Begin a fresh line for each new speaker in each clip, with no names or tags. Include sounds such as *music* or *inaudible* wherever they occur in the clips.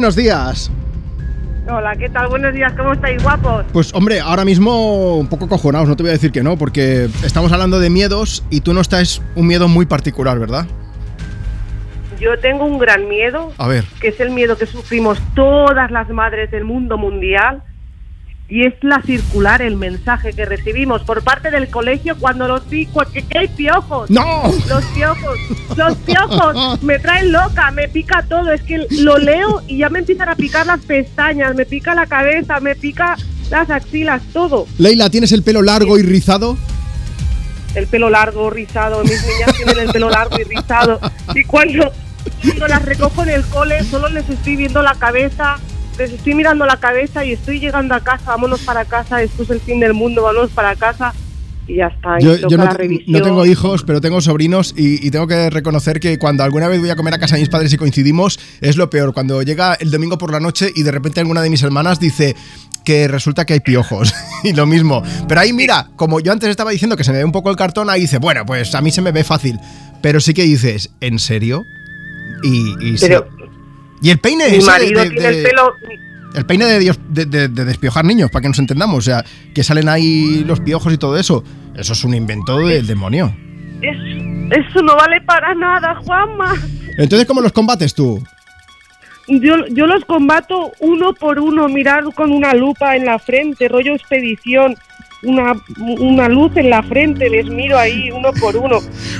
Buenos días.
Hola, ¿qué tal? Buenos días, ¿cómo estáis, guapos?
Pues hombre, ahora mismo un poco cojonados, no te voy a decir que no, porque estamos hablando de miedos y tú no estás un miedo muy particular, ¿verdad?
Yo tengo un gran miedo,
A ver.
que es el miedo que sufrimos todas las madres del mundo mundial, y es la circular, el mensaje que recibimos por parte del colegio cuando los pico, que que hay piojos.
¡No!
Los piojos, los piojos, me traen loca, me pica todo, es que lo leo y ya me empiezan a picar las pestañas, me pica la cabeza, me pica las axilas, todo.
Leila, ¿tienes el pelo largo y rizado?
el pelo largo, rizado, mis niñas tienen el pelo largo y rizado. Y cuando, cuando las recojo en el cole, solo les estoy viendo la cabeza, les estoy mirando la cabeza y estoy llegando a casa, vámonos para casa, esto es el fin del mundo, vámonos para casa. Y ya está, y
Yo,
toca
yo no,
la
te-
revisión.
no tengo hijos, pero tengo sobrinos y, y tengo que reconocer que cuando alguna vez voy a comer a casa de mis padres y coincidimos, es lo peor. Cuando llega el domingo por la noche y de repente alguna de mis hermanas dice que resulta que hay piojos *laughs* y lo mismo. Pero ahí mira, como yo antes estaba diciendo que se me ve un poco el cartón, ahí dice, bueno, pues a mí se me ve fácil. Pero sí que dices, ¿en serio? Y, y sí.
Pero
Y el peine
mi
ese de-
marido
de-
tiene
de-
el pelo... mi-
el peine de, Dios, de, de- de despiojar niños, para que nos entendamos. O sea, que salen ahí los piojos y todo eso. Eso es un invento del demonio.
es- eso no vale para nada, Juanma.
Entonces, ¿cómo los combates tú?
Yo, yo los combato uno por uno, mirar con una lupa en la frente, rollo expedición, una, una luz en la frente, les miro ahí uno por uno.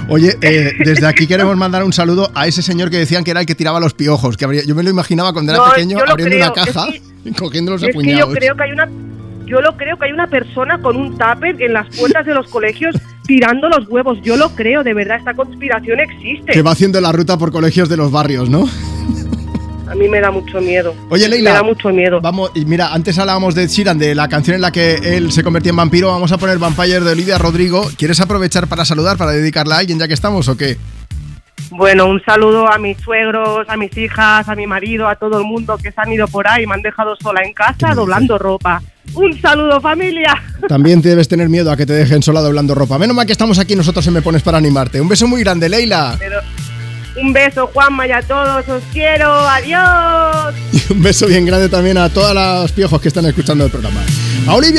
Oye, eh, desde aquí queremos mandar un saludo a ese señor que decían que era el que tiraba los piojos. Que habría- yo me lo imaginaba cuando era
No,
pequeño
yo lo
abriendo una
creo, es
caja, *laughs* cogiéndolos a
Es que yo
puñados.
creo que hay una yo lo creo que hay una persona con un tupper en las puertas de los colegios *laughs* tirando los huevos. Yo lo creo, de verdad, esta conspiración
Que
existe.
va haciendo la ruta por colegios de los barrios, ¿no?
A mí me da mucho miedo.
Oye, Leila.
Me da mucho miedo.
Vamos, y mira, antes hablábamos de Ed Sheeran, de la canción en la que él se convertía en vampiro. Vamos a poner Vampire de Olivia Rodrigo. ¿Quieres aprovechar para saludar, para dedicarla a alguien ya que estamos o qué?
Bueno, un saludo a mis suegros, a mis hijas, a mi marido, a todo el mundo que se han ido por ahí y me han dejado sola en
¿Qué me
casa doblando ropa. Un saludo, familia.
También debes tener miedo a que te dejen sola doblando ropa. Menos mal que estamos aquí nosotros en Me Pones para animarte. Un beso muy grande, Leila.
Pero un beso, Juanma, y a todos. Os quiero. Adiós.
Y un beso bien grande también a todas las piojos que están escuchando el programa. A Olivia